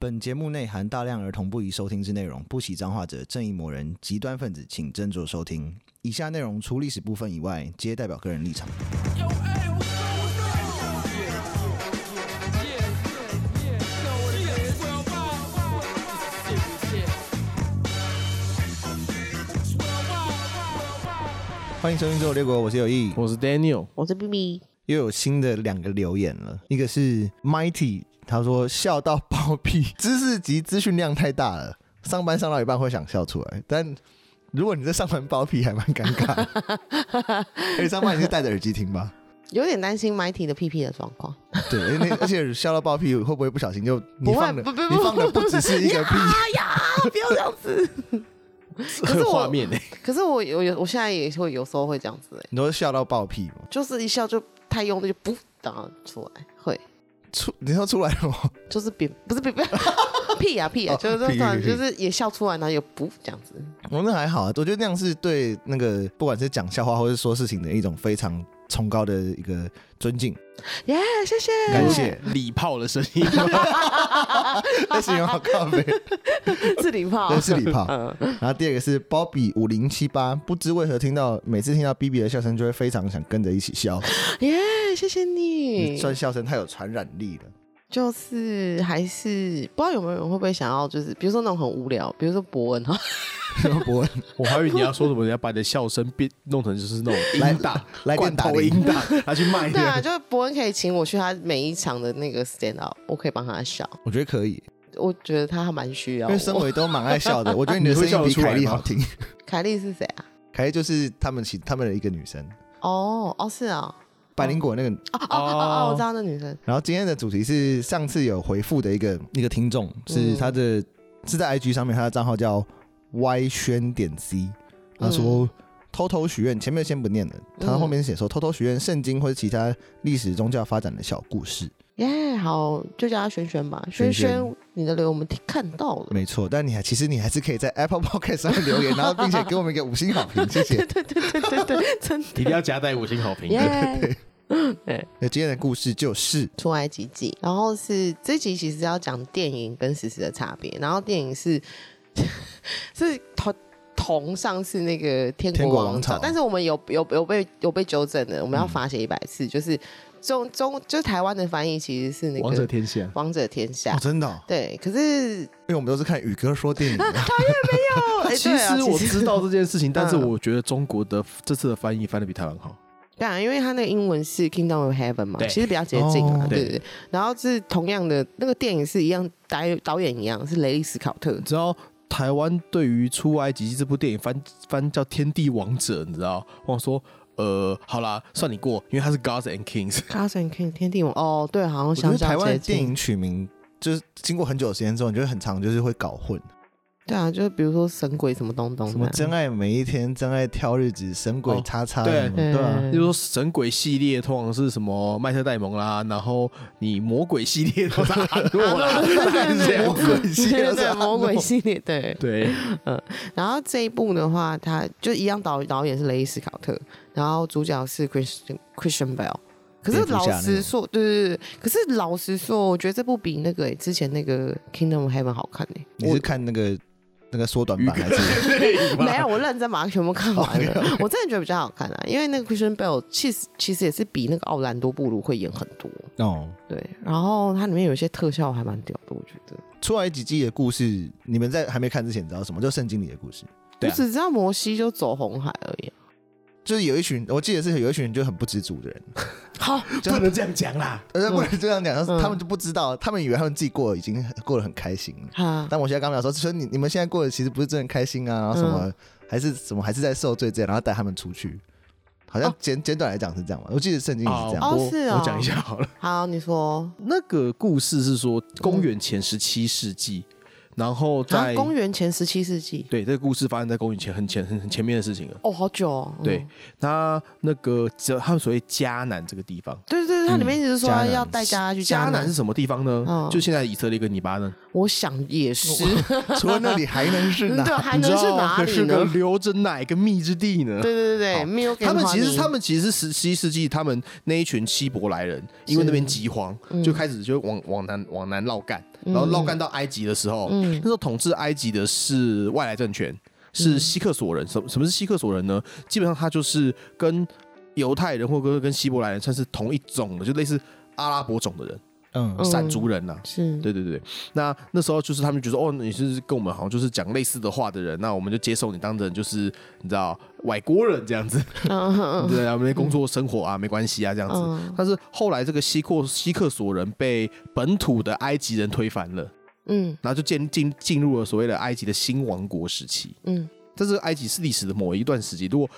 本节目内含大量儿童不宜收听之内容，不喜脏话者、正义魔人、极端分子，请斟酌收听。以下内容除历史部分以外，皆代表个人立场。欢迎收听《之后列国》，我是有意，我是 Daniel，我是 B B，又有新的两个留言了，一个是 Mighty，他说笑到爆屁， 知识及资讯量太大了，上班上到一半会想笑出来，但如果你在上班包屁，还蛮尴尬的。 而且上班你是戴着耳机听吧？有点担心 Mighty 的屁屁的状况。对， 而且而且笑到爆屁会不会不小心就你不会放的不不你放的不只是一个屁，哎 呀，不要这样子。 可 是画我，嗯面呢、可是我有有，我现在也会有时候会这样子、欸，你都笑到爆屁吗？就是一笑就太用力就噗，然后出来，会出你说出来了吗？ 就是扁，不是扁 扁。屁呀、屁呀、啊哦就是屁突然屁屁就是也笑出来，然后也噗这样子，我那还好啊，我觉得那样是对那个不管是讲笑话或是说事情的一种非常崇高的一个尊敬，耶、谢谢，感谢。礼炮的声音， 那形容好靠背。是礼炮，对是礼炮嗯，然后第二个是 Bobby 五零七八，不知为何听到每次听到 B B 的笑声，就会非常想跟着一起笑，耶、谢谢你。算笑声太有传染力了。 就是还是不知道有没有人会不会想要，就是比如说那种很无聊，比如说博文哈，什么伯恩 我还以为你要说什么，你要把你的笑声变弄成就是那种来音大，来电 罐打头铃音大， 拿去卖 对啊，的。就是伯恩可以请我去他每一场的那个 stand up，我可以帮他笑。我觉得可以，我觉得他还蛮需要因为我。身为都蛮爱笑的，我觉得你的 你会声音比笑得出来凯莉吗好听。凯莉是谁啊？凯莉就是他们其他们的一个女生，哦哦是啊，百灵果那个。哦哦哦哦，我知道那女生。然后今天的主题是上次有回复的一个一个听众，是他的、是在 IG 上面，他的账号叫 Y 轩点 C，他说、偷偷许愿，前面先不念了，他后面写说、偷偷许愿圣经或者其他历史宗教发展的小故事，耶、好，就叫他轩轩吧。轩轩轩轩，你的留言我们听看到了。 没错。但你还其实你还是可以在 Apple Podcast 上面 留言，然后并且给我们一个五星好评，谢 谢。对对对对对，真 一定要夹带五星好评耶。那今天的故事就是出埃及记，然后是这集其实要讲电影跟史实的差别，然后电影是 是同同上是那个天天国国王朝，王朝但是我们有有有被有被纠正的，我们要罚写一百次，就是中中就是台湾的翻译其实是那个王者天下，王者天下。哦，真的哦、对，可是因为我们都是看宇哥说电影的， 哦，哎其对啊实我知道这件事 情，但是嗯我觉得中国的这次的翻译翻的比台湾好。当啊然，因为它那个英文是 Kingdom of Heaven 嘛对，其实比较接近嘛哦，对对对。然后是同样的那个电影是一样，导导演一样是雷利斯考特你，知道台湾对于《出埃及记》这部电影翻翻叫《天地王者》，你知道？我说，呃，好啦，算你过，因为它是 Gods and Kings。 Cousin King 天地王哦，对，好像 我觉相得较台湾的接近电影取名就是经过很久的时间之后，你就会很常就是会搞混。对啊，就是比如说神鬼什么东东的，什么 真爱每一天，真爱挑日子，神鬼哦叉叉，对什么对对啊，就是说神鬼系列通常是什么麦特戴蒙啦，然后你魔鬼系列都是阿诺啦，大概是这样子。鬼系列对对是对吧魔鬼系列对。对，然后这一部的话，它就一样导导演是雷伊斯考特，然后主角是 Christian Christian Bell。可是蝙蝠老侠那实个说，对对对，可是老实说，我觉得这部比那个、之前那个 Kingdom of Heaven 好看欸呢、你是看那个那个缩短版还是？ 没有，我认真把它全部看完 了。我真的觉得比较好看啊，因为那个 Christian Bell 其实其实也是比那个奥兰多布鲁会演很多。哦，对，然后它里面有一些特效还蛮屌的，我觉得。出来几季的故事，你们在还没看之前知道什么？就圣经里的故事，对我啊只知道摩西就走红海而已啊、就是有一群，我记得是有一群人就很不知足的人，好，不能这样讲啦。呃，不能这样讲，嗯他们就不知道，他们以为他们自己过得已经很过得很开心了。哈，但我现在刚讲说，说你你们现在过得其实不是真的开心啊，然后什嗯么、还是什么还是在受罪这样，然后带他们出去，好像哦简、简短来讲是这样吧？我记得圣经里是这样。哦我是哦我讲一下好了。好，你说，那个故事是说公元前十七世纪，然后啊在，公元前十七世纪，对这个故事发生在公元前很前很很前面的事情了。哦，好久、哦，嗯对，他那个这他们所谓迦南这个地方，对对对，它里面一直说嗯迦南要带大家去迦南南是，什么地方呢？嗯就现在以色列跟黎巴嫩。我想也是，除了那里还能是对，啊哪？还你知能是道哪可里是个呢？流着奶跟蜜之地呢。对对对对，没有给他们花其实你他们其实十十一世纪，他们那一群希伯来人，因为那边饥荒，嗯就开始就往往南往南绕干，然后绕干到埃及的时候，嗯那时候统治埃及的是外来政权，嗯是希克索人。什什么是希克索人呢？基本上他就是跟犹太人或者跟希伯来人算是同一种的，就类似阿拉伯种的人，嗯嗯闪族人呐、啊。是对对对，那那时候就是他们觉得哦，你是跟我们好像就是讲类似的话的人，那我们就接受你当成就是你知道外国人这样 子，嗯嗯对啊，我们的工作生活啊没关系啊这样子。嗯但是后来这个西克西克索人被本土的埃及人推翻了，嗯然后就进进进入了所谓的埃及的新王国时期。嗯，但是埃及是历史的某一段时期，如果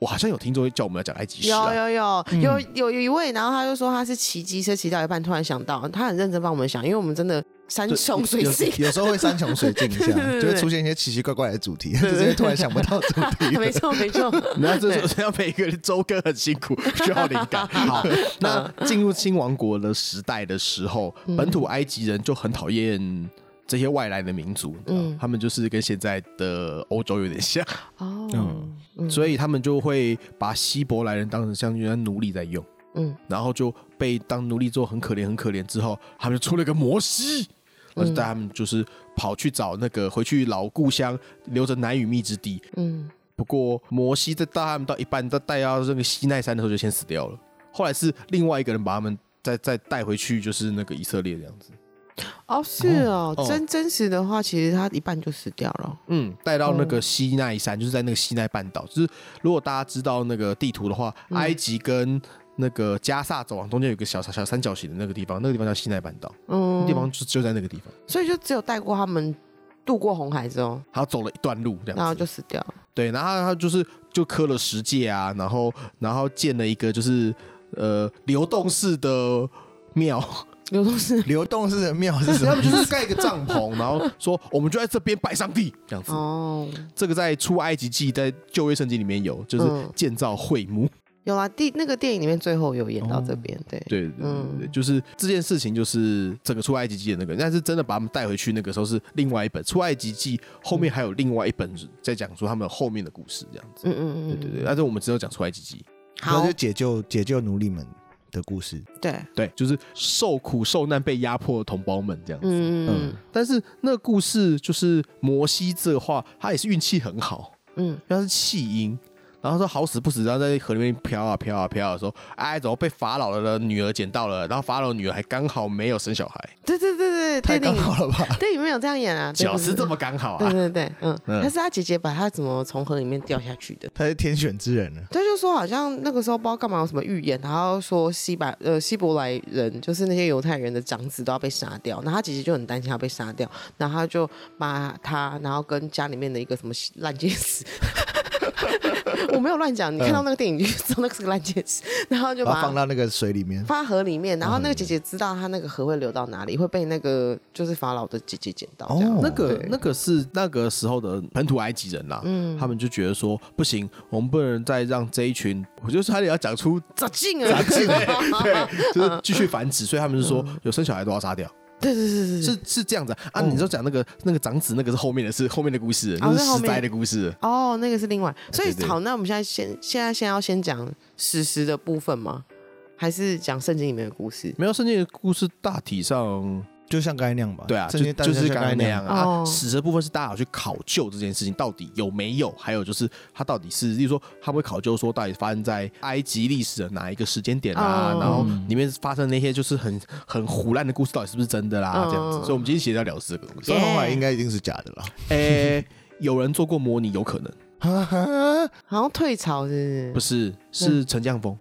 我好像有听众叫我们要讲埃及史有啊，有有有有有一位，然后他就说他是骑机车骑到一半，突然想到，他很认真帮我们想，因为我们真的山穷水有尽，有时候会山穷水尽一对下 对对，对就会出现一些奇奇怪怪的主题，就是因为突然想不到主 题了。没错没错， 然后这时候这样每一个周更很辛苦，需要灵 感。好，那嗯进入新王国的时代的时候，本土埃及人就很讨厌。这些外来的民族，你知道嗯他们就是跟现在的欧洲有点像，哦，嗯嗯所以他们就会把希伯来人当成像就像奴隶在用，嗯然后就被当奴隶之后很可怜很可怜之后，他们就出了个摩西，而嗯且带他们就是跑去找那个回去老故乡，留着奶与蜜之地。嗯不过摩西在带他们到一半，到带到这个西奈山的时候就先死掉了，后来是另外一个人把他们再再带回去，就是那个以色列这样子。哦是哦，真真实的话，其实他一半就死掉了，嗯，带到那个西奈山，就是在那个西奈半岛。就是如果大家知道那个地图的话，埃及跟那个加萨走廊中间有一个小小小三角形的那个地方，那个地方叫西奈半岛，那嗯，地方就就在那个地方。所以就只有带过他们渡过红海之后，他走了一段路这然后样就子，死掉了，对，然后他他就是就刻了十戒啊，然后然后建了一个就是呃流动式的庙，流动是流动式的庙是什他 么们？就是盖一个帐篷，然后说我们就在这边拜上帝这样子。哦，这个在出埃及记在旧约圣经里面有，就是嗯建造会幕。有啦，第那个电影里面最后有演到这边，对，对对对对，嗯就是这件事情，就是整个出埃及记的那个，但是真的把他们带回去，那个时候是另外一本出埃及记，后面还有另外一本在讲说他们后面的故事，这样子。嗯嗯对嗯，对对，但是我们只有讲出埃及记，然后好就，解救解救奴隶们的故事。对，对，就是受苦受难被压迫的同胞们这样子。嗯嗯但是那个故事就是摩西这话，他也是运气很好，嗯因为他是弃婴。然后说好死不死，然后在河里面飘啊飘啊飘的时候，哎，怎么被法老的女儿捡到了？然后法老女儿还刚好没有生小孩，对对对对，太电刚影好了吧？ 电影 没有这样演啊，对脚是这。么刚好啊。对对对对，嗯，嗯但是他姐姐把他怎么从河里面掉下去的？他是天选之人了。他就说好像那个时候不知道干嘛有什么预言，然后说希伯呃希伯来人就是那些犹太人的长子都要被杀掉，然后他姐姐就很担心他被杀掉，然后他就把他，然后跟家里面的一个什么烂戒指。我没有乱讲，你看到那个电影就知道那个是个烂戒指，然后就把把它它放到那个水里面，放在河里面，然后那个姐姐知道她那个河会流到哪里，会被那个就是法老的姐姐捡到这样。哦那个对嗯那个是那个时候的本土埃及人啦、他们就觉得说不行，我们不能再让这一群，我就差点要讲 出，咋进啊？咋进？对，就是继续繁殖，所以他们就说嗯有生小孩都要杀掉，对对对对对。是是这样子啊。啊你就讲那个那个长子，那个是后面的事，后面的故事，哦那是是后面实在的故事。哦，那个是另外，所以啊对对好，那我们现在先现在先要先讲史实的部分吗？还是讲圣经里面的故事？没有圣经的故事大体上，就像刚才那样吧。对啊，就圣经大就致是像刚才那样啊。哦啊史的部分是大家有去考究这件事情到底有没有，还有就是它到底是，例如说他会考究说到底发生在埃及历史的哪一个时间点啊，哦然后里面发生的那些就是很很胡乱的故事到底是不是真的啦，嗯这样子。所以我们今天其实要聊这个东西。孙红海应该一定是假的啦。诶、有人做过模拟，有可能啊好像退潮是不是不是嗯是沉降风，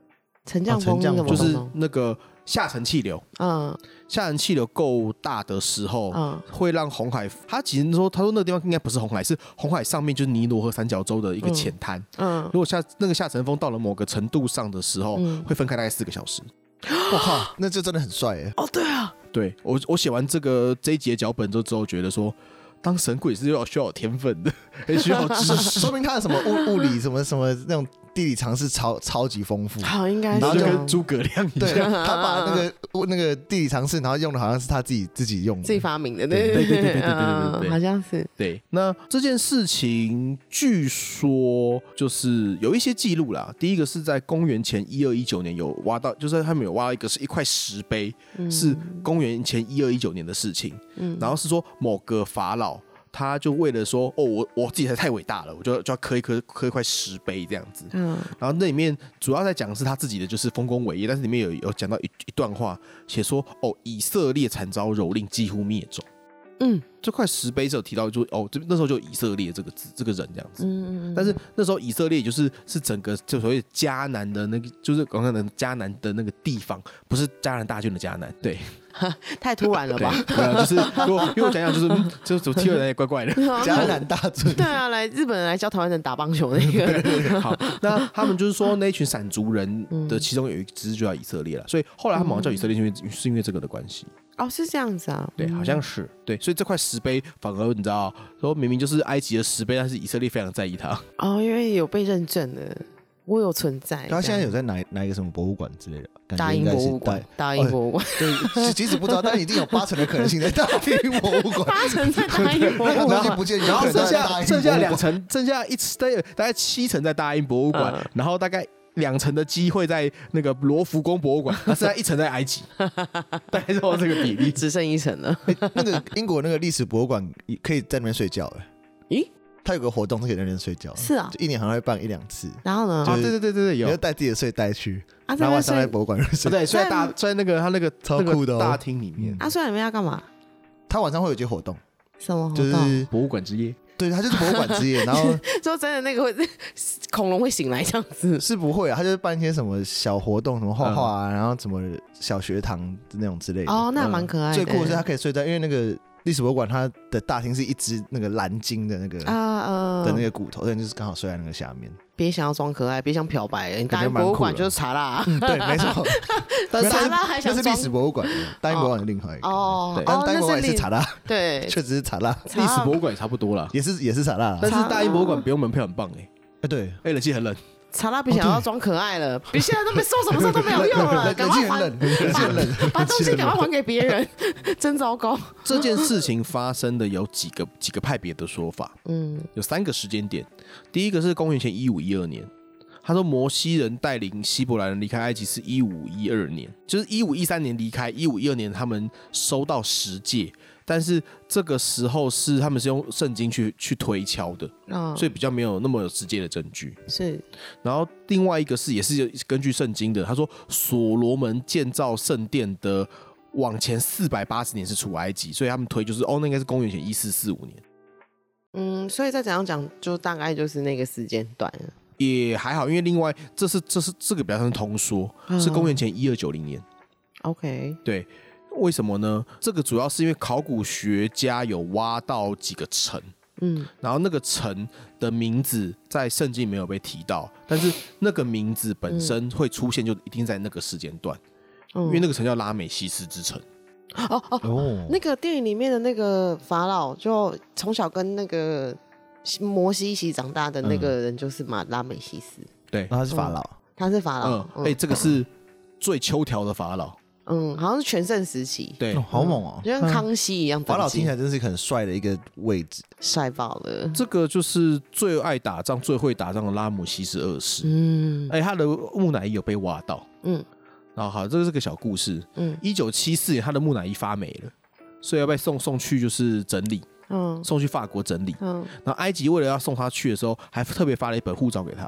沉降哦风沉降怎么风就怎么是弄那个下沉气流，嗯下沉气流够大的时候，嗯会让红海，他其实说，他说那个地方应该不是红海，是红海上面就是尼罗河三角洲的一个浅滩。嗯如果下那个下沉风到了某个程度上的时候，嗯会分开大概四个小时。我靠，啊那这真的很帅 耶！哦对啊，对我，我写完这个这一节脚本之后，之后觉得说，当 神鬼是要需要有天分的，很需要知识。 说明他有什么物物理什么什么那种地理常识超超级丰 富，好，应该然后就是这跟样诸葛亮一对啊样，他把那个那个地理常识，然后用的好像是他自己自己用的，自己发明的，对对对对对对对对对嗯对好像是，对，那这件事情据说就是有一些记录啦。第一个是在公元前一二一九年有挖到，就是他们有挖到一个是一块石碑，是公元前一二一九年的事情。嗯然后是说某个法老，他就为了说，哦，我我自己才太伟大了，我就就要刻一刻刻一块石碑这样子。嗯然后那里面主要在讲的是他自己的就是丰功伟业，但是里面有有讲到一一段话，写说哦，以色列惨遭蹂躏，几乎灭种。嗯这块石碑是有提到就，哦，这那时候就有以色列这个字这个人这样子。嗯，但是那时候以色列就是是整个就所谓迦南的那个，就是呃刚刚的迦南的那个地方，不是迦南大郡的迦南，对太突然了对嗯吧？，没有就是如果因为我想想就是嗯就是怎么听起来也怪怪 的， 迦南大尊啊对啊，来日本人来教台湾人打棒球那 个，好，那他们就是说那一群闪族人嗯的其中有一支就叫以色列了，所以后来他们好像叫以色列，是因为是因为这个的关系。哦，是这样子啊，对，好像是对，所以这块石碑反而你知道，说明明就是埃及的石碑，但是以色列非常在意它。哦，因为有被认证的，我有存在。 啊他现在有这在哪哪一个什么博物馆之类的？样感大觉应英该博是物馆，大英博物馆，对，即即使不知道，但一定有八成的可能性在大英博物 馆。八成在大英博那物个东西馆不。见，然后有可能剩在大下英剩下博物两馆层，剩下一层大概大概七层在大英博物馆，嗯然后大概。两层的机会在那个罗浮宫博物馆， 那剩下一层在埃 及，大概是这个比例。只剩一层了，欸那个英国那个历史博物馆可以在那边睡觉哎、咦，他有个活动是可以在那边睡觉，是啊就一年好像会办一两次，然后呢？就啊，是对对对对对，你有就带自己的睡袋去，啊，在然后那晚上睡在博物馆睡。对，睡在大但睡在那个他那个超那个酷的哦大厅里面，啊，睡里面要干嘛？他晚上会有一些活动，什么活就动？是博物馆之夜。对他就是博物馆之夜，然后说真的，那个会恐龙会醒来这样子。是不会啊，他就是办一些什么小活动，什么画画啊，然后什么小学堂那种之类的。哦，那还蛮可爱最的。酷的是他可以睡在，因为那个历史博物馆它的大厅是一只那个蓝鲸的那个。啊，的那嗯，个骨头，但就是刚好睡在那个下面。别想要装可爱，别想漂白，你大感觉英蛮博物酷馆的就是查啦。嗯，对，没错。但是查拉还那想是历装史博物馆，大英博物馆是另外一个。哦对，但哦是，大英那博物是馆也是另查拉，对确实是查拉，查历史博物馆也差不多啦，也是也是查拉啦。但哎是大英博物馆不用门票很棒哎、欸，对，哎、冷气很冷，查拉比想要装可爱了，比现在都被受什么伤都没有用了，冷赶冷快气还很冷，冷气很冷。把东西赶快还给别人，真糟糕。这件事情发生的有几个几个派别的说法，嗯有三个时间点。第一个是公元前一五一二年，他说摩西人带领希伯来人离开埃及是一五一二年，就是一五一三年离开，一五一二年他们收到十诫，但是这个时候是他们是用圣经去去推敲的，啊，所以比较没有那么有直接的证据。是然后另外一个是也是根据圣经的，他说所罗门建造圣殿的往前四百八十年是出埃及，所以他们推就是哦，那应该是公元前一四四五年，嗯，所以再怎样讲，就大概就是那个时间段了。也还好，因为另外这是这是这个比较像是通说，嗯是公元前一二九零年。 OK，对，为什么呢？这个主要是因为考古学家有挖到几个城，嗯，然后那个城的名字在圣经没有被提到，但是那个名字本身会出现，就一定在那个时间段，因为嗯，那个城叫拉美西斯之城。哦哦，哦那个电影里面的那个法老，就从小跟那个摩西一起长大的那嗯个人，就是马拉美西斯，对，然后他是法老，他是法嗯老，，哎、这个是最秋条的法老，嗯，好像是全盛时期，对哦，好猛哦！就像康熙一样，法老听起来真是很帅的一个位置。帅爆了。这个就是最爱打仗、最会打仗的拉姆西斯二世。嗯哎、他的木乃伊有被挖到，嗯然后哦好，这个是个小故事。嗯一九七四年，他的木乃伊发霉了，所以要被送送去就是整理，嗯送去法国整理。嗯，然后埃及为了要送他去的时候，还特别发了一本护照给他。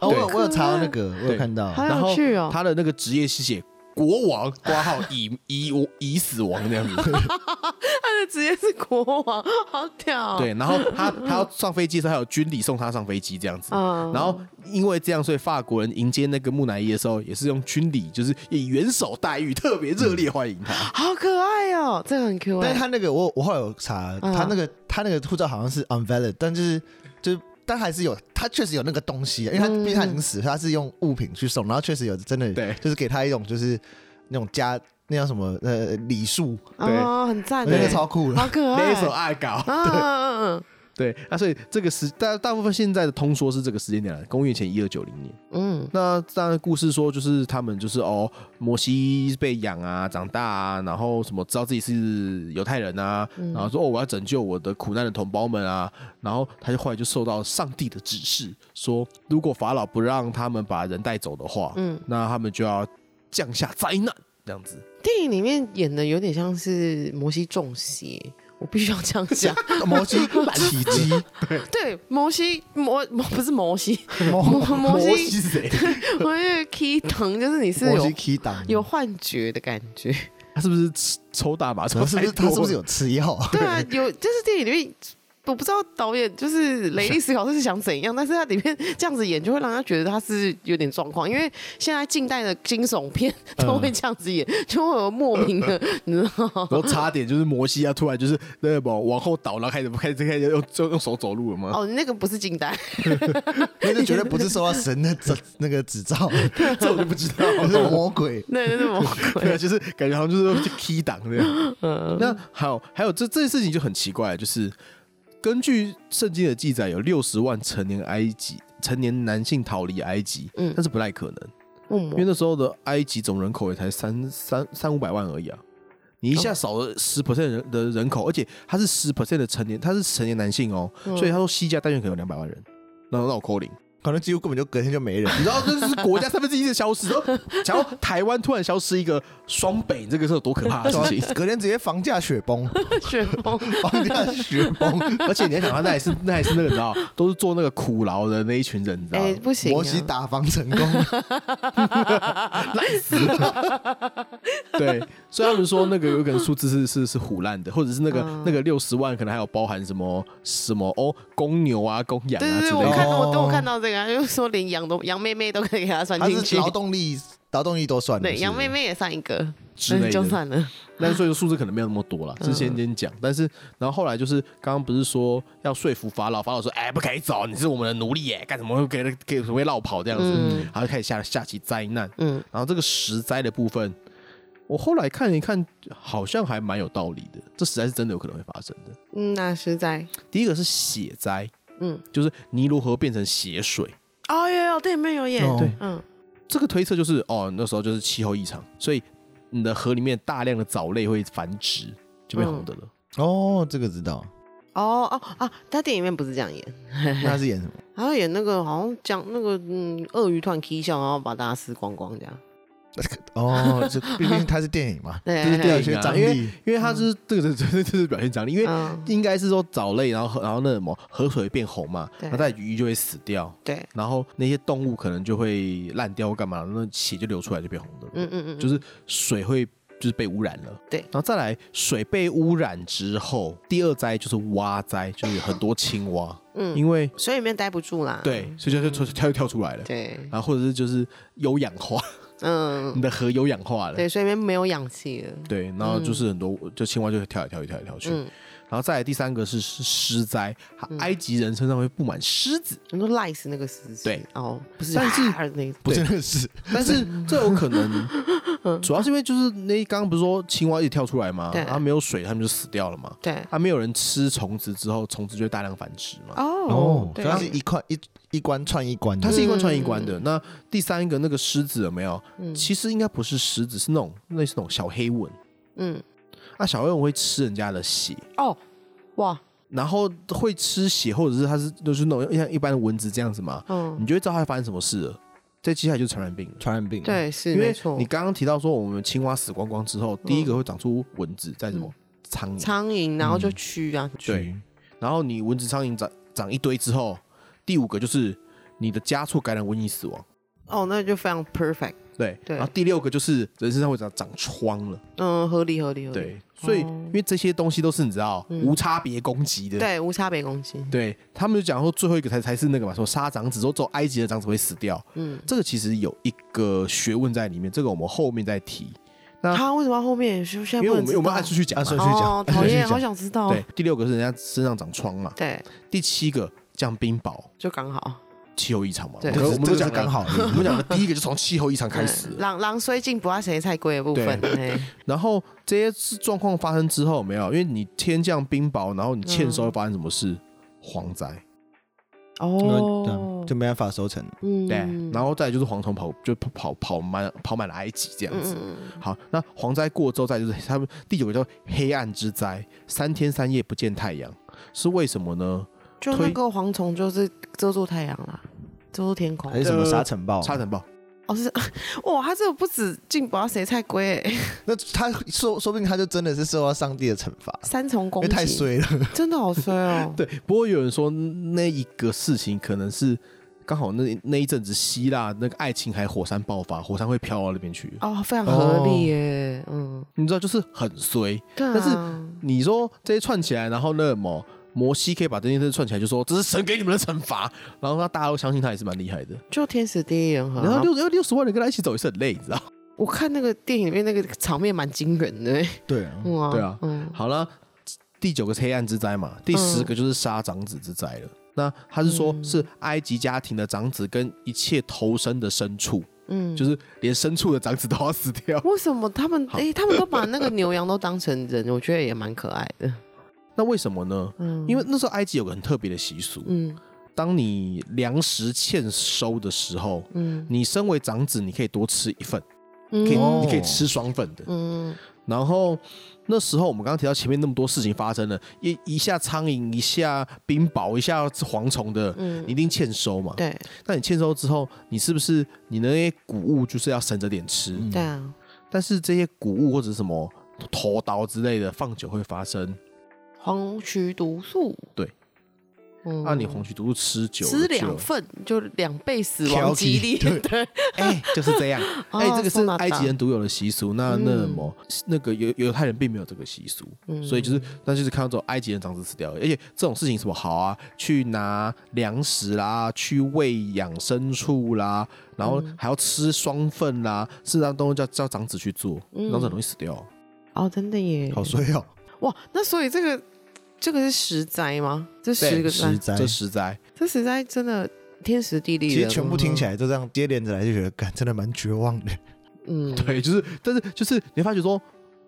哦，我有对我有查到那个，我对有看到。好然有后趣哦。他的那个职业是写国王挂号已已已死亡这样子。 他的职业是国王，好屌。，哦对，然后他他要上飞机的时候，还有军礼送他上飞机这样子。嗯然后因为这样，所以法国人迎接那个木乃伊的时候，也是用军礼，就是以元首待遇，特别热烈欢迎他。好可爱哦，这个很 Q 但是哎。他那个我我后来有查，嗯他那个他那个护照好像是 unvalid，但就是就是但还是有，他确实有那个东西，因为他嗯毕竟他已经死了，他是用物品去送，然后确实有真的对就是给他一种就是那种家那叫什么呃礼数，对哦，很赞那个哎，超酷的。好可那爱一。首爱搞，嗯嗯嗯嗯，对啊，所以这个时大大部分现在的通说是这个时间点了，公元前一二九零年。嗯那当然，故事说就是他们就是哦，摩西被养啊，长大啊，然后什么知道自己是犹太人啊，嗯然后说哦，我要拯救我的苦难的同胞们啊，然后他就后来就受到上帝的指示，说如果法老不让他们把人带走的话，嗯，那他们就要降下灾难这样子。电影里面演的有点像是摩西中邪，我必须要这样讲。摩西体积， 对，摩西摩摩不是摩 西，摩 摩西是谁？我是 key 疼，就是你 是摩西有 key 档有幻觉的感觉。他是不是吃抽大麻抽他是不太是多他了？是不是有吃药？ 对 啊，有就是电影里面，我不知道导演就是雷利斯考特是想怎样，但是他里面这样子演，就会让他觉得他是有点状况，因为现在近代的惊悚片 嗯都会这样子演，就会有莫名的，你知道 吗？然后差点就是摩西啊，突然就是那个往后倒，然后开始开始开始用就用手走路了吗？ 哦，那个不是近 代，那就绝对不是受到神的指 那个指照，这我就不知道不是魔鬼。那那是魔 对啊，鬼。就是感觉好像就是去 key 档这样。 那还有还有这这件事情就很奇怪，就是根据圣经的记载，有六十万成年埃及成年男性逃离埃及，嗯但是不太可能，因为 嗯，那时候的埃及总人口也才三三三五百万而已啊。你一下少了十 percent 人的人口，而且他是十 percent 的成年，他是成年男性哦，嗯所以他说西加单元可能有两百万人，那那我扣零，可能几乎根本就隔天就 没人。你知道这是国家三分之一的消失，哦假如台湾突然消失一个双北，这个是有多可怕的事情？啊隔天直接房价雪崩， 旋风，房价雪崩。而且你要想，他那也是那也是那个，你知道，都是做那个苦劳的那一群人，你知道吗，哎，不行啊，摩西打房成 功，对，所以他们说那个有可能数字是是是虎烂的，或者是那个、嗯那个六十万，可能还有包含什么什么哦，公牛啊、公羊对啊对之对，类我的。看到我都有看到这个啊，就是说连羊都羊妹妹都可以给他算他进是 去，劳动力，劳动力都算。对，是羊妹妹也算一个，之类那的就算了。但是所以说数字可能没有那么多了，这是先先讲。但是然后后来就是刚刚不是说要说服法老，法老说哎不可以走，你是我们的奴隶耶，干什么会给给会绕跑这样子，嗯然后就开始下下起灾难。嗯，然后这个实灾的部分，我后来看一看，好像还蛮有道理的。这实在是真的有可能会发生的。嗯，那实在，第一个是血灾，嗯，就是尼罗河变成血水。哦，有有，对，里面有演，哦对嗯这个推测就是，哦，那时候就是气候异常，所以你的河里面大量的藻类会繁殖，就被红的了。哦，这个知道。哦哦啊，他电影里面不是这样演，那他是演什么？然后演那个好像讲那个嗯，鳄鱼突然 K 笑，然后把大家撕光光这样。哦，这毕竟它是电影 嘛，对就是电对对影对张因力。因为它就是这个，这这这是表现张力，因为嗯，应该是说藻类，然后河然后那什么河水变红嘛，对那带鱼就会死掉，对，然后那些动物可能就会烂掉或干嘛，那血就流出来就变红的了。嗯嗯嗯，就是是水会就是被污染了。对然后再来水被污染之后，第二灾就是蛙灾，就是有很多青蛙，嗯，因为水里面待不住啦。对，所以就就就跳就跳出来了。对，然后或者是就是优氧化， 你嗯，的河优氧化了。对，水里面没有氧气了。对，然后就是很多就青蛙就会跳来跳去跳来跳去。嗯，然后再来第三个是是狮灾，埃及人身上会布满虱子，你说赖死那个狮子。对，哦，不是，但是啊那个不是那个是，但 是这有可能， 主要是因为就是那刚刚不是说青蛙一直跳出来吗？嗯对它没有水，它们就死掉了嘛。啊对，它没有人吃虫子之后，虫子就会大量繁殖嘛。所哦，对以它是一块一一关串一关的，它是一关传一关嗯的。那第三个那个狮子有没有？其实应该不是狮子，是那种类似那种小黑蚊。嗯，那小黑蚊会吃人家的血，哦，哇，然后会吃血，或者是它是就是那种像一般的蚊子这样子嘛，嗯，你就会知道它发生什么事了。再接下来就是传染病了。传染病。，对，是因为没错你。刚刚提到说，我们青蛙死光光之后，第一个会长出蚊子，再什么苍蝇，嗯苍蝇，然后嗯就蛆啊，对，然后你蚊子、苍蝇长长一堆之后，第五个就是你的家畜感染瘟疫死亡，哦，那就非常 perfect，对，对然后第六个就是人身上会长长疮了，嗯，合理合理合理，对，所以因为这些东西都是你知道无差别攻击的，哦嗯对，无差别攻击，对他们就讲说最后一个才才是那个嘛，说杀长子，说只有埃及的长子会死掉，嗯，这个其实有一个学问在里面，这个我们后面再提，那他为什么要后面？是不是现呃因在为不我们能知我们道按顺序讲按顺嘛，序讲哦，按讨顺序厌，讲好想知道。对，第六个是人家身上长疮嘛，对，第七个降冰雹。就刚好。气候异常嘛，对这我个们是都这讲讲刚了好而 我已。们讲的第一个就从气候异常开 始嗯了，狼狼虽进不怕谁菜龟的部分。 嘿然后这些状况发生之后，有没有，因为你天降冰雹，然后你欠收会发生什么事？蝗灾，对哦啊，就没办法收成了。嗯对，然后再来就是蝗虫跑就跑跑满跑满了埃及这样子。嗯好，那蝗灾过之后，再就是他们第九个叫黑暗之灾，三天三夜不见太阳，是为什么呢？就那个蝗虫就是遮住太阳啦，遮住天空还。哎是什么沙尘暴？啊沙尘暴，。哦，是哇，他这个不止进宝谁菜龟欸， 那他说说不定他就真的是受到上帝的惩罚，三重因攻为击，太衰了。真的好衰哦 对，不过有人说那一个事情可能是刚好那那一阵子希腊那个爱琴海火山爆发，火山会飘到那边去。哦，非常合理耶，嗯，你知道，就是很衰。对啊，但你说这些串起来，然后那么摩西可以把这件事串起来，就说这是神给你们的惩罚，然后让大家都相信他也是蛮厉害的。就天时地利人和啊。然后六要六十万人跟他一起走也是很累，你知道？我看那个电影里面那个场面蛮惊人的欸，对啊，哇，对啊嗯，好了，第九个是黑暗之灾嘛，第十个就是杀长子之灾了。那他是说，是埃及家庭的长子跟一切投生的牲畜，嗯，就是连牲畜的长子都要死掉。为什么他们好哎、他们都把那个牛羊都当成人，我觉得也蛮可爱的。 那为什么呢？嗯，因为那时候埃及有个很特别的习俗，嗯当你粮食欠收的时候，嗯你身为长子，你可以多吃一份，嗯，可以、哦你可以吃双份的。嗯然后那时候我们刚刚提到前面那么多事情发生了，一一下苍蝇，一下冰雹，一下蝗虫的，嗯你一定欠收嘛。对那你欠收之后，你是不是你那些谷物就是要省着点吃？嗯对啊，但是这些谷物或者什么头刀之类的，放久会发生。黄曲毒素，对，嗯啊那、你黄曲毒素吃久了吃就两份就两倍死亡几率，挑剔 对，哎、就是这样。哎、 哦这个是送到埃及达人独有的习俗。那嗯那么、那个犹犹太人并没有这个习俗，嗯所以就是那就是看到这种埃及人长子死掉了，而且这种事情什么好啊，去拿粮食啦，去喂养牲畜啦，然后嗯还要吃双份啦，事实上都叫叫长子去做，嗯长子很容易死掉。哦，真的耶，好衰哦，哇，那所以这个这个是十灾吗？这十个实灾，在这。实在这十灾真的天时地利人其和，实全部听起来就这样接连着来，就觉得，感真的蛮绝望的。嗯，对，就是但是就是你会发觉说，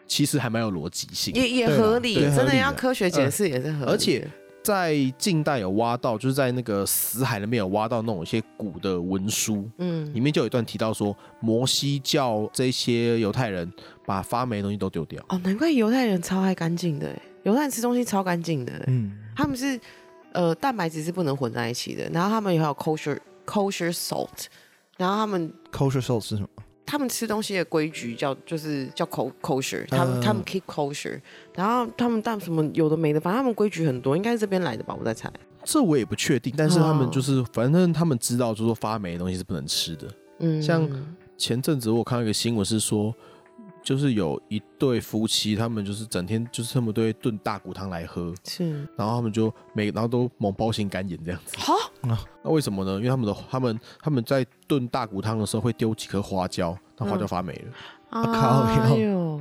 其实还蛮有逻辑性。也也对啊合理，对真合的理要的嗯科学解释也是合理的，而且在近代有挖到，就是在那个死海那边有挖到那种一些古的文书，嗯里面就有一段提到说，摩西叫这些犹太人把发霉的东西都丢掉。哦，难怪犹太人超爱干净的欸，犹太人吃东西超干净的欸，嗯，他们是呃蛋白质是不能混在一起的，然后他们也有 kosher kosher salt，然后他们 kosher soul 是什么？他们吃东西的规矩叫就是叫 ko kosher，他嗯们、他们 keep kosher，然后他们但什么有的没的，反正他们规矩很多，应该是这边来的吧，我在猜。这我也不确定，但是他们哦就是，反正他们知道，就是说发霉的东西是不能吃的。嗯，像前阵子我有看到一个新闻是说，就是有一对夫妻，他们就是整天就是他们都会炖大骨汤来喝，是然后他们就每然后都猛包型肝炎这样子。好那为什么呢？因为他们的他们他们在炖大骨汤的时候会丢几颗花椒，那花椒发霉了，靠哎呦，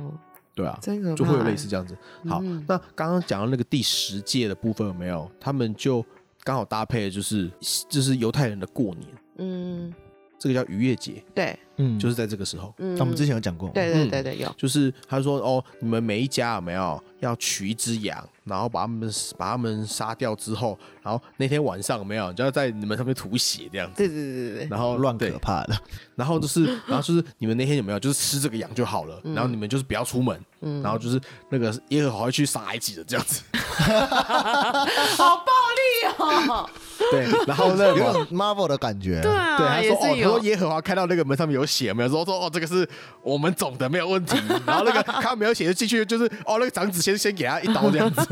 对啊，真可怕，就会有类似这样子。好，嗯那刚刚讲到那个第十届的部分有没有？他们就刚好搭配的就是就是犹太人的过年，嗯，这个叫逾越节，对，嗯，就是是在这个时候，嗯，我们之前有讲过，对嗯对对对有，就是他说哦，你们每一家有没有要取一只羊，然后把他们把他们杀掉之后，然后那天晚上有没有你就要在你们上面吐血这样子，对对对对对。然后乱对可怕的。然后 就是，然后就是你们那天有没有就是吃这个羊就好了，嗯然后你们就是不要出门，然后就是那个耶和华会去杀埃及人这样 子，好暴力哦！对，然后 好呢热，有种 Marvel 的感觉。 对啊，对，他也说哦，是他有说耶和华看到那个门上面有血，没有说说哦，这个是我们种的，没有 问题。然后那个看到没有血就进去，就是哦，那个长子先先给他一刀这样 子，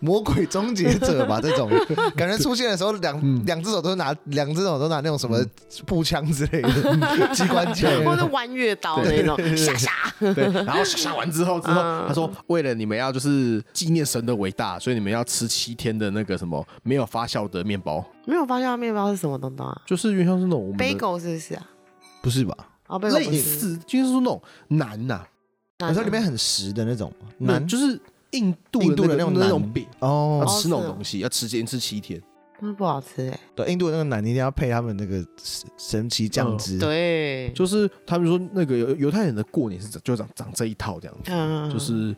魔鬼终结者吧，这种 感觉出现的时候，两两只手都拿，两只手都拿那种什么步枪之类 的机关枪。或者弯月刀那种，下下。对。然后杀完之后，之后嗯他说为了你们要就是纪念神的伟大，所以你们要吃七天的那个什么没有发酵的面包，没有发现它面包是什么东东啊就是原像是那种我们的？bagel 是不是啊？不是吧？哦，bagel 不类是，似，就是说那种馕呐、我说里面很实的那种馕难就是印度印度的那种个那种馕饼，要嗯哦，吃那种是哦东西，要吃连吃七天。那不好吃哎。对，印度的那个馕你一定要配他们那个神神奇酱汁。对，就是他们说那个犹犹太人的过年是长就长长这一套这样子，嗯就是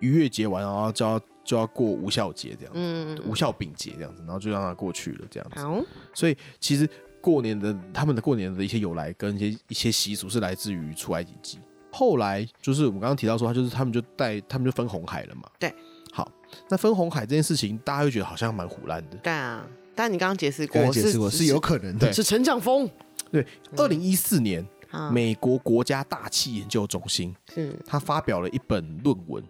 逾越节完然后就要就要过无效节这样子，嗯，无效饼节这样子，然后就让它过去了这样子。好，所以其实过年的他们的过年的一些由来跟一些一些习俗是来自于出埃及记。后来就是我们刚刚提到说，他就是他们就带他们就分红海了嘛。对，好，那分红海这件事情，大家会觉得好像蛮胡乱的。对啊，但你刚刚解释刚才过，解释过是有可能的对，是成长风对，二零一四年，啊，美国国家大气研究中心是他发表了一本论文，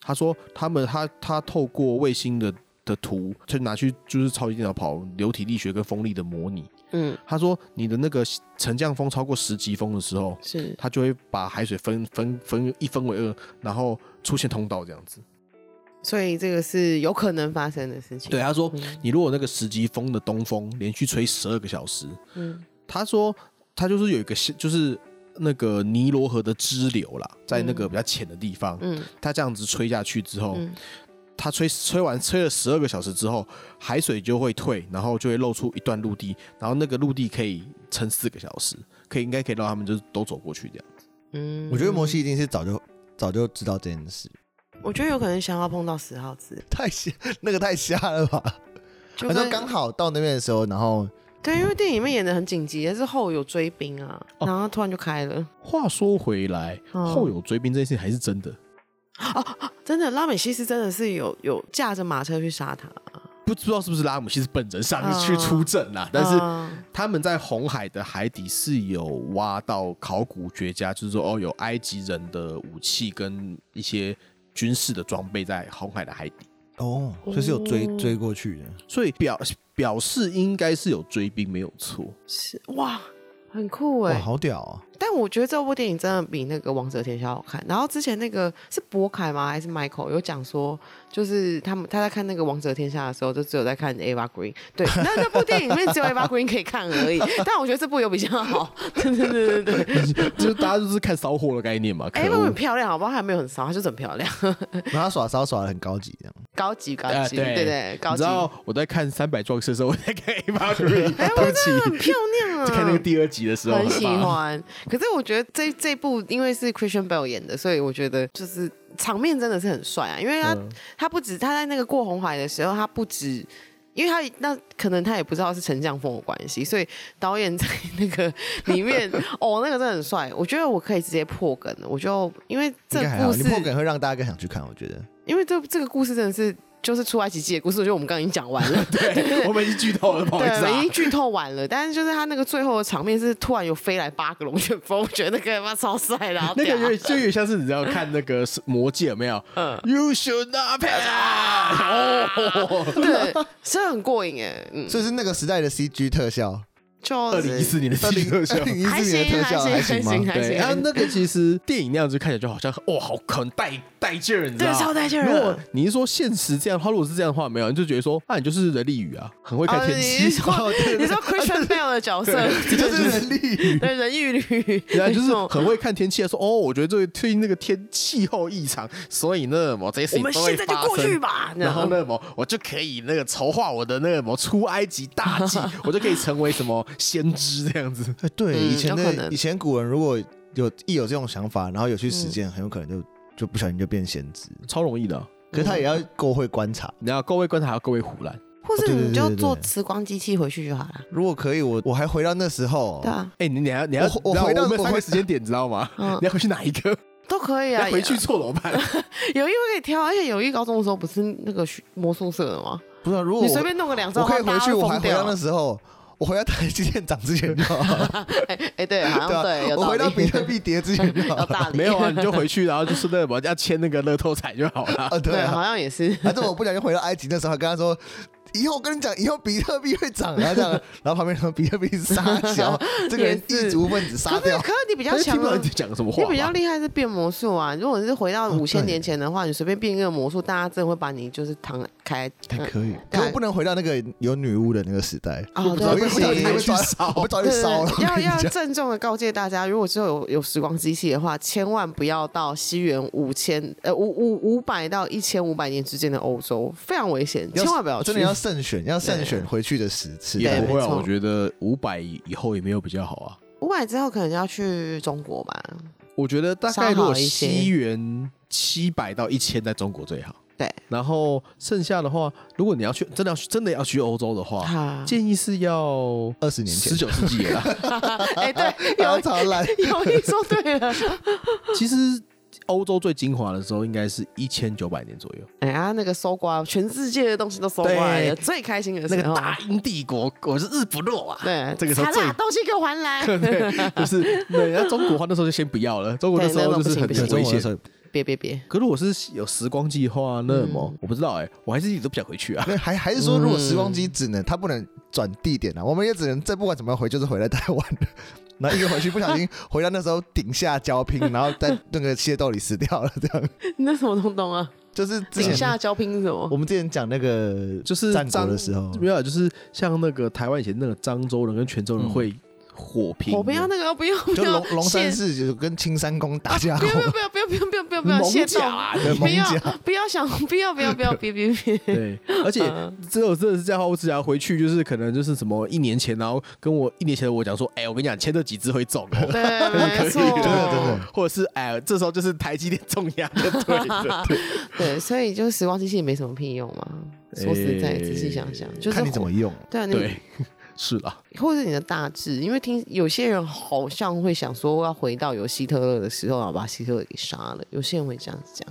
他说他们他他透过卫星的的图，就拿去就是超级电脑跑流体力学跟风力的模拟。嗯他说你的那个沉降风超过十级风的时候，是它就会把海水分分分一分为二，然后出现通道这样子。所以这个是有可能发生的事情。对，他说，嗯你如果那个十级风的东风连续吹十二个小时，嗯他说他就是有一个是就是那个尼罗河的支流啦，在那个比较浅的地方，嗯它这样子吹下去之后，嗯它吹吹完吹了十二个小时之后，海水就会退，然后就会露出一段陆地，然后那个陆地可以撑四个小时，可以应该可以让他们就是都走过去这样。嗯我觉得摩西一定是早就早就知道这件事，嗯我觉得有可能想要碰到十号字，太瞎，那个太瞎了吧？就反正跟刚好到那边的时候，然后对，因为电影里面演的很紧急，但是后有追兵啊，哦然后突然就开了。话说回来，嗯后有追兵这件事情还是真的，真的，拉美西斯真的是有有驾着马车去杀他，不知道是不是拉姆西斯本人上去出阵啦、但是啊他们在红海的海底是有挖到考古学家，就是说哦，有埃及人的武器跟一些军事的装备在红海的海底，哦，就是有追哦追过去的。所以表表示应该是有追兵没有错。 是哇，很酷哇，哎。好屌 啊！但我觉得这部电影真的比那个《王者天下》好看。然后之前那个是博凯吗？还是 Michael 有讲说，就是他们他在看那个《王者天下》的时候，就只有在看 Ava Green。对，那那部电影里面只有 Ava Green 可以看而 已。但我觉得这部有比较好。对对对对对就是大家就是看骚货的概念嘛，可，Ava Green 很恶。漂亮，好不好？还没有很骚，她就是很漂亮， 然后他耍骚耍的很高级，这样。高级高哎级，对对，高你级知，道我在看《三百壮士》的时候，我在 看 A 八 g r e 对不很起，漂亮啊，在看那个第二集的时候，很喜吧欢。 可是我觉得这这部因为是 Christian Bale 演的，所以我觉得就是场面真的是很帅啊，因为他、他不止他在那个过红海的时候，他不止。因为他那可能他也不知道是陈降峰的关系，所以导演在那个里面 哦，那个真的很帅。我觉得我可以直接破梗了，我就因为这应该还故好，事嗯你破梗会让大家更想去看，我觉得。因为这这个故事真的是就是出埃及记的故事，我觉得我们刚刚已经讲完了， 对，我们已经剧透了，不好意思对，已啊经。剧透完了，但是就是他那个最后的场面是突然有飞来八个龙卷风，我觉得那个他妈超帅的，好那个屌啊有点就有点像是你知道看那个 是魔戒有没有？嗯，You should not pass。哦， 对，真的很过瘾哎，嗯，所以是那个时代的 CG 特效，二就零一是四年的二戏零特效 二。 零一还四行年的特效还行行啊吗？还对，行，然后还行那个其实电影那样子看起来就好像哇，好很带带劲儿，你知道对，吗超带劲儿啊如果的。你是说现实这样的话，如果是这样的话，没有，你就觉得说，那、你就是人力雨啊，很会看哦天你气 是，说 你说 Christian Bale 的角色，这 就是人力对人玉女，对啊，就是那种很会看天气啊。说哦，我觉得这个最近那个天气候异常，所以呢，我这些事我情们都会现在就发过去生。吧，然后呢，么我就可以那个筹划我的那个么出埃及大 计，我就可以成为什么先知这样子。哎对，嗯以前有可能的以前古人如果有一有这种想法，然后有去实践，很有可能嗯就就不小心就变先知。超容易的。可是他也要够会观察。你要各位观察，还有各位胡乱。或是哦你就对对对对对坐时光机器回去就好了，如果可以，我我还回到那时候对，啊，哎、你你还你要我我你知道回到我们我三个回时间点，知道吗？嗯你要回去哪一个？都可以你啊，要回去错怎么办？有一个可以挑，而且有一高中的时候不是那个学魔术社的吗？不是啊？如果你我随便弄个两招，我可以大回家去，会我还疯回掉到那。时候，我回到台积电涨之前就好了，哎、哎 对，好像对，对有啊，我道回理。到比特币跌之前就好 有了。道理，没有啊，你就回去，然后就是那什么要签那个乐透彩就好了。啊，对 对，啊好，像也是。反正我不小心回到埃及那时候，还跟他说。以后我跟你讲，以后比特币会涨啊，这 样。然后旁边说比特币是杀小，这个人也是异族分子杀可是掉。可是你比他较就听强不到啊，你讲什么话你吧。比较厉害是变魔术啊。如果你是回到哦五千对年前的话，你随便变一个魔术，大家真的会把你就是躺开。嗯还可以，对可我不能回到那个有女巫的那个时代。我哦，对，因为不行我早就不被行抓去烧我被抓去对烧了。对，我要跟你要讲郑重的告诫大家，如果之后有有时光机器的话，千万不要到西元五千呃五五五百到一千五百年之间的欧洲，非常危险，千万不要去。真的要慎选，要慎选回去的时次。也 对不会啊，没错我觉得五百以后也没有比较好啊。五百之后可能要去中国吧。我觉得大稍好概如果一些西元七百到一千，在中国最好。 对，然后剩下的话，如果你要去真的要去真的要去欧洲的话，哈，建议是要二十年十前，九世纪了啦。哎，对，然有后超烂，有你说对了， 其实欧洲最精华的时候应该是一千九百年左右，哎呀，那个搜刮全世界的东西都搜刮来了，对最开心的那时个候，大英帝国我是日不落啊。对，这个时候惨最啦东西给我还来， 对，就是对，那中国话那时候就先不要了，中国那时对那候就种不是行很对不行很中危国那险时。候，别别别，可是我是有时光计划，那么、我不知道嗯哎、我还是一直都不想回去啊。没有还 还是说，如果时光机只能它不能转地点啊，我们也只能这不管怎么样回，就是回来台 湾的。然后一个回去不小心回到那时候顶下交拼，然后在那个械斗里死掉了，这 样那什么东东啊？就是之井下前交拼是什么？我们之前讲那个就是战国漳的时候，没有啊，就是像那个台湾以前那个漳州人跟泉州人会火拼，我不要那个，不要不就要龙，龙山谢寺就跟青山宫打架不过要，不要不要不要不要不要不要蒙谢甲动啊对不蒙要甲不要想，不要不要不要，别别别，对，而且嗯只有真的是这样的话，我只想回去，就是可能就是什么一年前，然后跟我一年前的我讲说，哎、我跟你讲，签这几只会中哦。 对，可没以，错，真的真的或者是哎、这时候就是台积电中压的对的，对对，所以就是时光机器也没什么屁用嘛。说实在，诶仔细想想，就 是看你怎么用。对啊，对你，是啦，或者是你的大致，因为听有些人好像会想说要回到有希特勒的时候，然后把希特勒给杀了。有些人会这样子讲，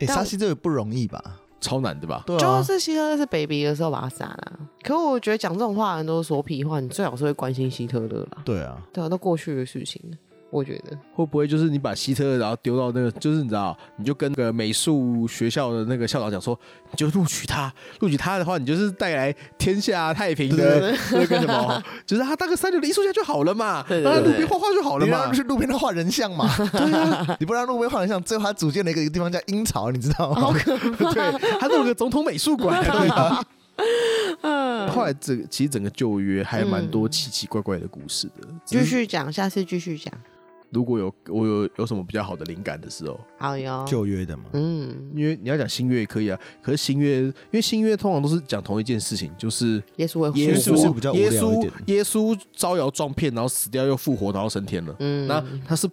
哎，但沙我西这个不容易吧？超难的吧？对就啊，是希特勒是 baby 的时候把他杀了啊。可我觉得讲这种话的人都是说屁话，你最好是会关心希特勒啦。对啊，对啊，都过去的事情了，我觉得。会不会就是你把希特勒然后丢到那个，就是你知道，你就跟那个美术学校的那个校长讲说，你就录取他，录取他的话，你就是带来天下太平的那个什么，就是他当个三流的艺术家就好了嘛，对对让他对路边画画就好了你嘛让他。去路边画人像 嘛？对啊，你不让路边画人像，最后他组建了一个地方叫阴曹，你知道哦吗？ 对，他弄个总统美术馆。 对吧嗯后来这个其实整个旧约还蛮多奇奇怪怪的故事的。只继是续讲，下次继续讲。如果有我有有什么比较好的灵感的时候，好哟，旧约的嘛，嗯，因为你要讲新月也可以啊，可是新月因为新月通常都是讲同一件事情，就是耶稣会耶是不是稣比较无聊耶一点稣耶稣招摇撞骗，然后死掉又复活，然后升天了。嗯那他是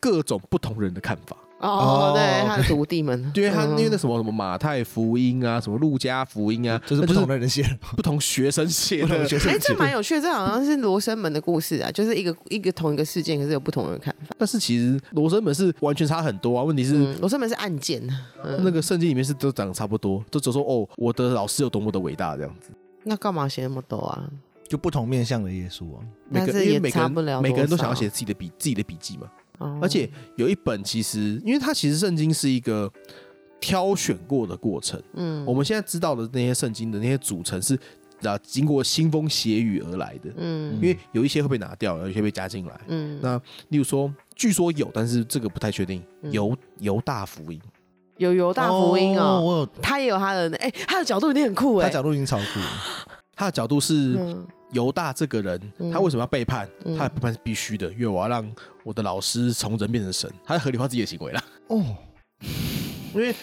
各种不同人的看法。哦，哦对，他的徒 弟们，因为他因为啊那嗯什么什么马太福音啊，什么路加福音啊，就是那不同的人写的，不同学生写不同的的学生哎，写这。蛮有趣的，这好像是罗生门的故事啊，就是一个一个同一个事件，可是有不同人看法。但是其实罗生门是完全差很多啊。问题是嗯，罗生门是案件，那个圣经里面是都长得差不多，都只说哦，我的老师有多么的伟大这样子。那干嘛写那么多啊？就不同面向的耶稣啊，每但个是因也为每个差人不了每个人都多少想要写自己的笔自己的笔记嘛。哦而且有一本其实，因为它其实圣经是一个挑选过的过程。嗯我们现在知道的那些圣经的那些组成是啊，经过腥风血雨而来的，嗯因为有一些会被拿掉，有一些被加进来。嗯，那例如说，据说有，但是这个不太确定。嗯犹犹大福音，有犹大福音哦，我有他也有他的，哎，他的角度一定很酷他哎，角度已经超酷了，它的角度是嗯犹大这个人，嗯他为什么要背叛？嗯他的背叛是必须的，因为我要让我的老师从人变成神，他在合理化自己的行为啦。哦，因为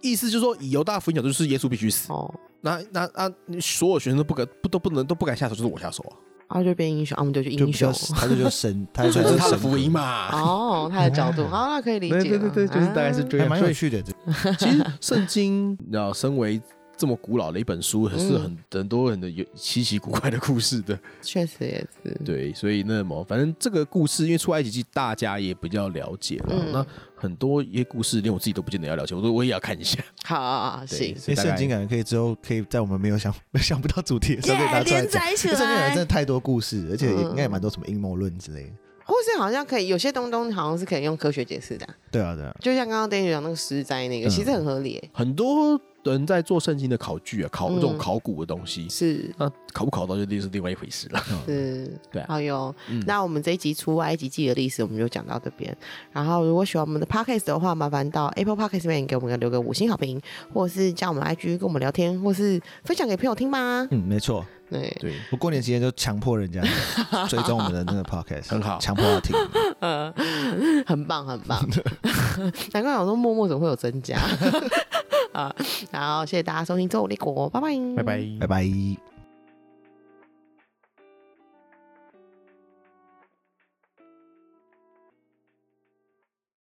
意思就是说，以犹大福音角度，就是耶稣必须死。哦，那那那所有学生都不敢，不都不能都不敢下手，就是我下手啊，然后就变英雄，啊，我们就去就 英比较雄。他就叫 神，他所以就这是是他的神福音，嘛。哦，他的角 度，好，那可以理解了。啊这还蛮有哎所以趣的。这其实圣经，你知道，身为这么古老的一本书，嗯是很很多很多有稀奇古怪的故事的。确实也是。对，所以那么反正这个故事，因为出埃及记大家也比较了解了，嗯那很多一些故事连我自己都不见得要了解，我都我也要看一下。好，对行，所所以以大概圣经啊感觉可以之后可以在我们没有想 想不到主题的 时候可以拿出来讲。起嗯因为圣经感觉真的太多故事，而且也应该也蛮多什么阴谋论之类的。或是好像可以，有些东东好像是可以用科学解释的啊、对啊，对啊，就像刚刚 d a n 讲那个石灾那个，嗯其实很合理欸耶、很多人在做圣经的考据啊，考嗯这种考古的东西，是那考不考到就另是另外一回事了。是，对啊好哟。嗯那我们这一集出埃及记的历史，我们就讲到这边。然后，如果喜欢我们的 podcast 的话，麻烦到 Apple Podcast 里面给我们留个五星好评，或者是加我们 IG 跟我们聊天，或是分享给朋友听吧。嗯，没 错。对，对，我过年期间就强迫人家追踪我们的那个 podcast，很好强迫他听。呃，很棒，很棒。难怪我说默默怎么会有增 加啊？然后谢谢大家收听周五立国，拜拜，拜拜。拜拜。